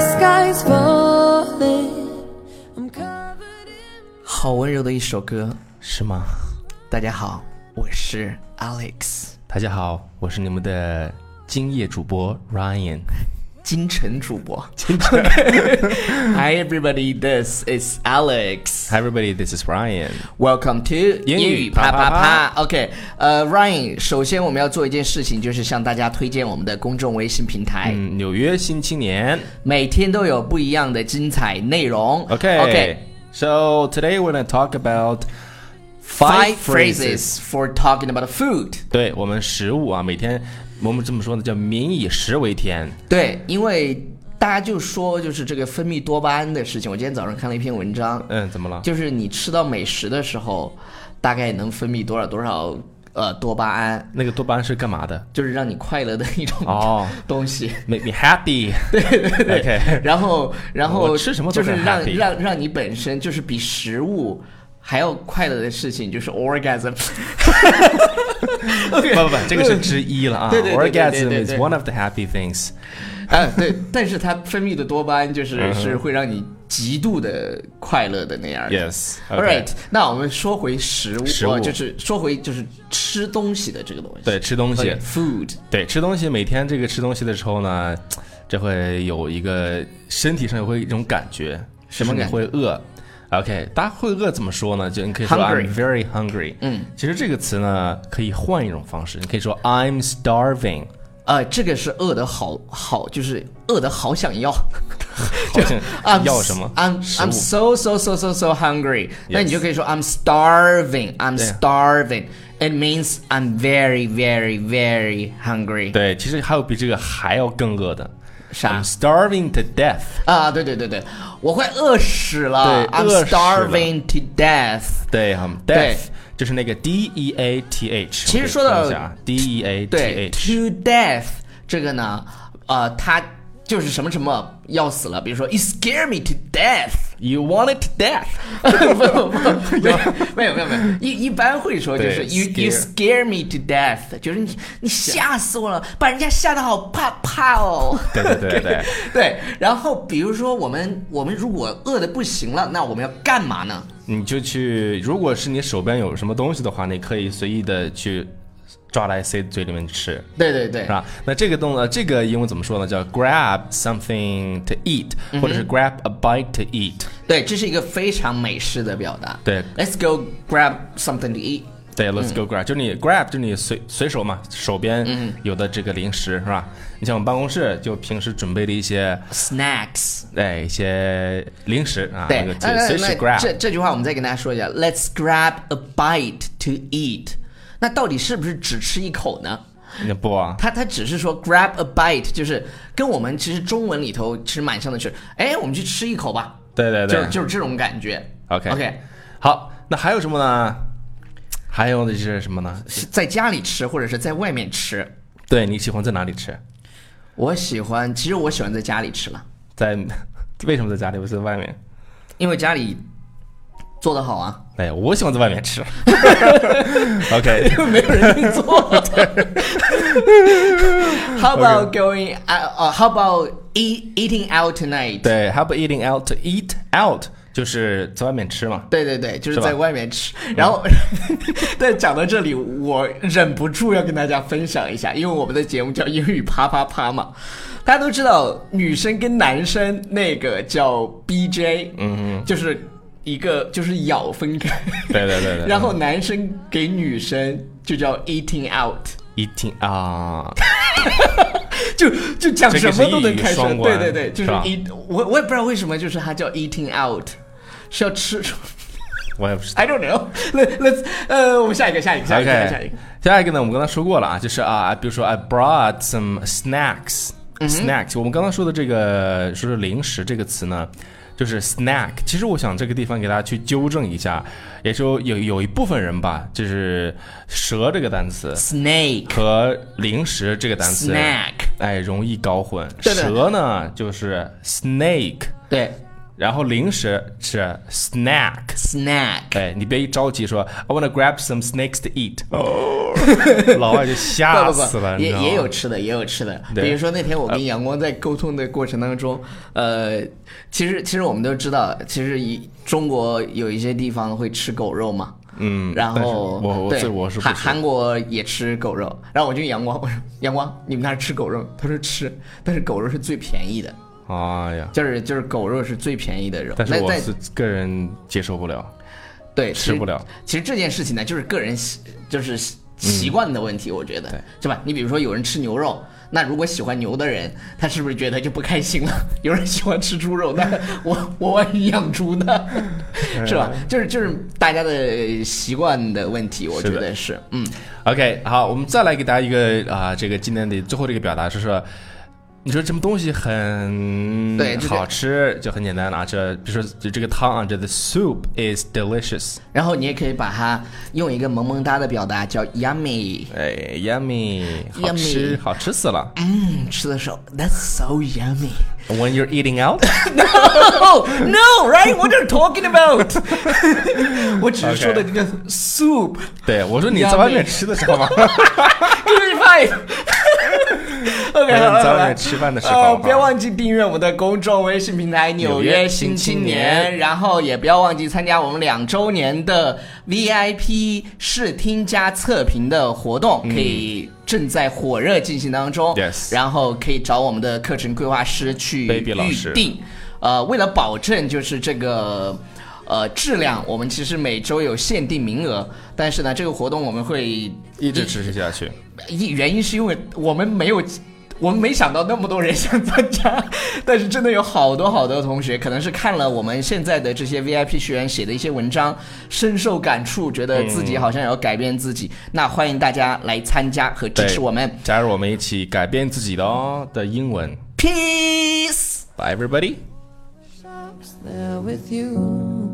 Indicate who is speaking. Speaker 1: sky's falling. I'm covered in
Speaker 2: 好温柔的一首歌。
Speaker 3: 是吗？
Speaker 2: 大家好，我是 Alex，
Speaker 3: 大家好，我是你们的今夜主播 Ryan。
Speaker 2: 金城主播。金城。Hi everybody, this is Alex.
Speaker 3: Hi everybody, this is Ryan。
Speaker 2: Welcome to
Speaker 3: 英语
Speaker 2: 啪啪
Speaker 3: 啪啪
Speaker 2: 啪。OK，呃，Ryan，首先我们要做一件事情，就是向大家推荐我们的公众微信平台，
Speaker 3: 嗯，纽约新青年。
Speaker 2: 每天都有不一样的精彩内容。
Speaker 3: Okay.
Speaker 2: OK。
Speaker 3: So today we're gonna talk about
Speaker 2: Five phrases for talking about food.
Speaker 3: 对我们食物啊，每天我们这么说呢，叫民以食为天。
Speaker 2: 对，因为大家就说就是这个分泌多巴胺的事情。我今天早上看了一篇文章，
Speaker 3: 嗯，怎么了？
Speaker 2: 就是你吃到美食的时候，大概能分泌多少多少呃多巴胺，
Speaker 3: 那个多巴胺是干 嘛的？
Speaker 2: 就是让你快乐的一种
Speaker 3: 哦
Speaker 2: 东 西。
Speaker 3: ，make me happy。对对对。OK。
Speaker 2: 然后，然后
Speaker 3: 我吃什么
Speaker 2: 就
Speaker 3: 都
Speaker 2: 是
Speaker 3: 很
Speaker 2: 让
Speaker 3: happy
Speaker 2: 让让你本身就是比食物还要快乐的事情，就是 orgasm。
Speaker 3: 不不不，这个是 之一了啊。
Speaker 2: 对对对对对对
Speaker 3: Orgasm is
Speaker 2: 对
Speaker 3: one of the happy things。
Speaker 2: 啊，对，但是它分泌的多巴胺
Speaker 3: 嗯
Speaker 2: 就是是会让你极度的快乐的那样的。
Speaker 3: Yes。
Speaker 2: All right，那我们说回食物，
Speaker 3: 食物
Speaker 2: 呃就是说回就是吃东西的这个东西。
Speaker 3: 对，吃东西。
Speaker 2: ，food，
Speaker 3: 对，吃东西每天这个吃东西的时候呢，这会有一个身体上会有一种感觉，
Speaker 2: 什么
Speaker 3: 就是
Speaker 2: 感
Speaker 3: 你会饿。OK，大家会饿怎么说呢？就你可以说
Speaker 2: Hungry
Speaker 3: I'm very hungry。嗯，其实这个词呢可以换一种方式，你可以说 I'm starving。
Speaker 2: 呃，这个是饿的好好，就是饿的好想要。
Speaker 3: 好像
Speaker 2: I'm
Speaker 3: 要什么
Speaker 2: I'm
Speaker 3: 食
Speaker 2: I'm so
Speaker 3: 物
Speaker 2: so so so so hungry。那你就可以说 I'm starving. I'm
Speaker 3: 对
Speaker 2: starving. It means I'm very very very hungry。
Speaker 3: 对，其实还有比这个还要更饿的。
Speaker 2: 啥
Speaker 3: I'm starving to death。
Speaker 2: 啊？对对对对，我快饿死了。
Speaker 3: 对
Speaker 2: I'm
Speaker 3: 饿死了
Speaker 2: starving to death。
Speaker 3: 对，I'm
Speaker 2: 对
Speaker 3: death，就是那个 D E A T H。
Speaker 2: 其实说到
Speaker 3: D E A T
Speaker 2: 对
Speaker 3: H，
Speaker 2: ，to death 这个呢，呃，它就是什么什么要死了，比如说 you scare me to death。
Speaker 3: You want it to death？
Speaker 2: 不不不，没有没有没有没有，一一般会说就是
Speaker 3: 对
Speaker 2: you you scare me to death，就是你你吓死我了，把人家吓得好怕怕哦。
Speaker 3: 对对 对对。
Speaker 2: 对，然后比如说我们我们如果饿的不行了，那我们要干嘛呢？
Speaker 3: 你就去，如果是你手边有什么东西的话，你可以随意的去抓来塞嘴里面吃，
Speaker 2: 对对对
Speaker 3: 是，吧？那这个动作，这个英文怎么说呢？叫 grab something to eat，、或
Speaker 2: 嗯
Speaker 3: 者是 grab a bite to eat。
Speaker 2: 对，这是一个非常美式的表达。
Speaker 3: 对
Speaker 2: ，Let's go grab something to eat。
Speaker 3: 对，let's go grab，、就是你 grab，就是你随随手嘛，手边有的这个零食、是吧？你像我们办公室就平时准备的一些，
Speaker 2: Snacks，
Speaker 3: 哎，一些零食啊，
Speaker 2: 对
Speaker 3: 那个，
Speaker 2: 那
Speaker 3: 就
Speaker 2: 那
Speaker 3: 随时
Speaker 2: 那这
Speaker 3: grab。
Speaker 2: 这句话我们再跟大家说一下，Let's grab a bite to eat。那到底是不是只吃一口呢？
Speaker 3: 那不啊，
Speaker 2: 它它只是说 grab a bite，就是跟我们其实中文里头其实蛮像的，就是哎，我们去吃一口吧，
Speaker 3: 对对对
Speaker 2: 就，就是这种感觉。
Speaker 3: OK
Speaker 2: OK，
Speaker 3: 好，那还有什么呢？还有的是什么呢？
Speaker 2: 是在家里吃或者是在外面吃，
Speaker 3: 对你喜欢在哪里吃？
Speaker 2: 我喜欢，其实我喜欢在家里吃了，
Speaker 3: 在为什么在家里不是在外面？
Speaker 2: 因为家里做的好啊，
Speaker 3: 哎呀，我喜欢在外面 吃。OK，
Speaker 2: 没有人去做。how about going out？呃、h o w about eat eating out tonight？
Speaker 3: 对，How about eating out to eat out？就是在外面吃嘛。
Speaker 2: 对对对，就是
Speaker 3: 是吧嗯
Speaker 2: 在外面吃。然后， 但讲到这里，我忍不住要跟大家分享一下，因为我们的节目叫英语啪啪啪嘛，大家都知道女生跟男生那个叫 BJ，嗯，就是一个就是咬分开，
Speaker 3: 对对对 对。
Speaker 2: 然后男生给女生就叫 eating out。
Speaker 3: eating 啊，
Speaker 2: 就就讲什么都能开
Speaker 3: 这个是一语双
Speaker 2: 车，对
Speaker 3: 关
Speaker 2: 对对，就是
Speaker 3: 是吧
Speaker 2: eat，我我也不知道为什么，就是它叫 eating out，是要吃
Speaker 3: 我也不知道。
Speaker 2: ，I don't know。Let let's 呃，我们下一个，下一个，下一个，下一
Speaker 3: OK，
Speaker 2: 个。
Speaker 3: 下一个呢，我们刚才说过了啊，就是啊，比如说 I brought some snacks。snacks，我们
Speaker 2: 嗯
Speaker 3: 刚刚说的这个说是零食这个词呢，就是 snack。其实我想这个地方给大家去纠正一下，也就有有一部分人吧，就是“蛇”这个单词
Speaker 2: Snake
Speaker 3: 和零食这个单词，
Speaker 2: snack，
Speaker 3: 哎，容易搞混。
Speaker 2: 对对
Speaker 3: 蛇呢就是 snake，
Speaker 2: 对
Speaker 3: 然后零食是 snack。
Speaker 2: snack。
Speaker 3: 哎，你别一着急说，I wanna grab some snakes to eat。哦，老 外就吓
Speaker 2: 不
Speaker 3: 啊死
Speaker 2: 不
Speaker 3: 了，
Speaker 2: 不，
Speaker 3: 你
Speaker 2: 也
Speaker 3: 知道吗
Speaker 2: 也有吃的，也有吃的。
Speaker 3: 对
Speaker 2: 比如说那天我跟阳光在沟通的过程当中，呃，其实其实我们都知道，其实一中国有一些地方会吃狗肉嘛，
Speaker 3: 嗯，
Speaker 2: 然
Speaker 3: 但是
Speaker 2: 后
Speaker 3: 我我
Speaker 2: 对
Speaker 3: 这我是不
Speaker 2: 韩
Speaker 3: 吃
Speaker 2: 韩国也吃狗肉，然后我就阳光，我说阳光，你们那儿吃狗肉？他说吃，但是狗肉是最便宜的，
Speaker 3: 哎呀，
Speaker 2: 就是就是狗肉是最便宜的肉。
Speaker 3: 但是
Speaker 2: 那
Speaker 3: 我
Speaker 2: 在
Speaker 3: 是个人接受不了，
Speaker 2: 对
Speaker 3: 吃不
Speaker 2: 了。
Speaker 3: 了。
Speaker 2: 其实这件事情呢，就是个人习就是习习惯的问题，我觉得、是吧？你比如说有人吃牛肉。那如果喜欢牛的人，他是不是觉得就不开心了？ 有人喜欢吃猪肉，那我我万一养猪 呢？是吧？就是就是大家的习惯的问题，我觉
Speaker 3: 是的
Speaker 2: 得是，嗯，
Speaker 3: OK，好，我们再来给大家一个啊、这个今天的最后这个表达就是说，你说什么东西很
Speaker 2: 对这个
Speaker 3: 好吃，就很简单了啊。这比如说就这个汤啊，这 the soup is delicious，
Speaker 2: 然后你也可以把它用一个萌萌哒的表达叫 yummy，
Speaker 3: 哎，yummy，好
Speaker 2: Yummy
Speaker 3: 吃，好吃死了。
Speaker 2: 嗯，吃的时候 that's so yummy。
Speaker 3: When you're eating out，
Speaker 2: Oh no, right? What are you talking about? 我只是说的这个 soup
Speaker 3: 对我说你在外面
Speaker 2: Yummy
Speaker 3: 吃的时候嘛，
Speaker 2: 就是 fine。OK，好了
Speaker 3: 在
Speaker 2: 好
Speaker 3: 外
Speaker 2: 了
Speaker 3: 面。吃饭的时候
Speaker 2: 呃，
Speaker 3: 嘛，
Speaker 2: 别忘记订阅我们的公众微信平台《纽约新青
Speaker 3: 纽约新青
Speaker 2: 年》，然后也不要忘记参加我们两周年的 VIP 试听加测评的活动，可以正在火热进行当中。
Speaker 3: 嗯 Yes
Speaker 2: 然后可以找我们的课程规划师去
Speaker 3: Baby 老师
Speaker 2: 预定。呃，为了保证就是这个。呃，质量我们其实每周有限定名额，但是呢，这个活动我们会
Speaker 3: 一直持续下去。
Speaker 2: 一原因是因为我们没有，我们没想到那么多人 想参加，但是真的有好多好多同学，可能是看了我们现在的这些 VIP 学员写的一些文章，深受感触，觉得自己好像也要改变自己。那欢迎大家来参加和支
Speaker 3: 对
Speaker 2: 持我们
Speaker 3: 加入我们一起改变自己的哦的英文。
Speaker 2: ，peace。
Speaker 3: Bye everybody。
Speaker 1: Shops there with you.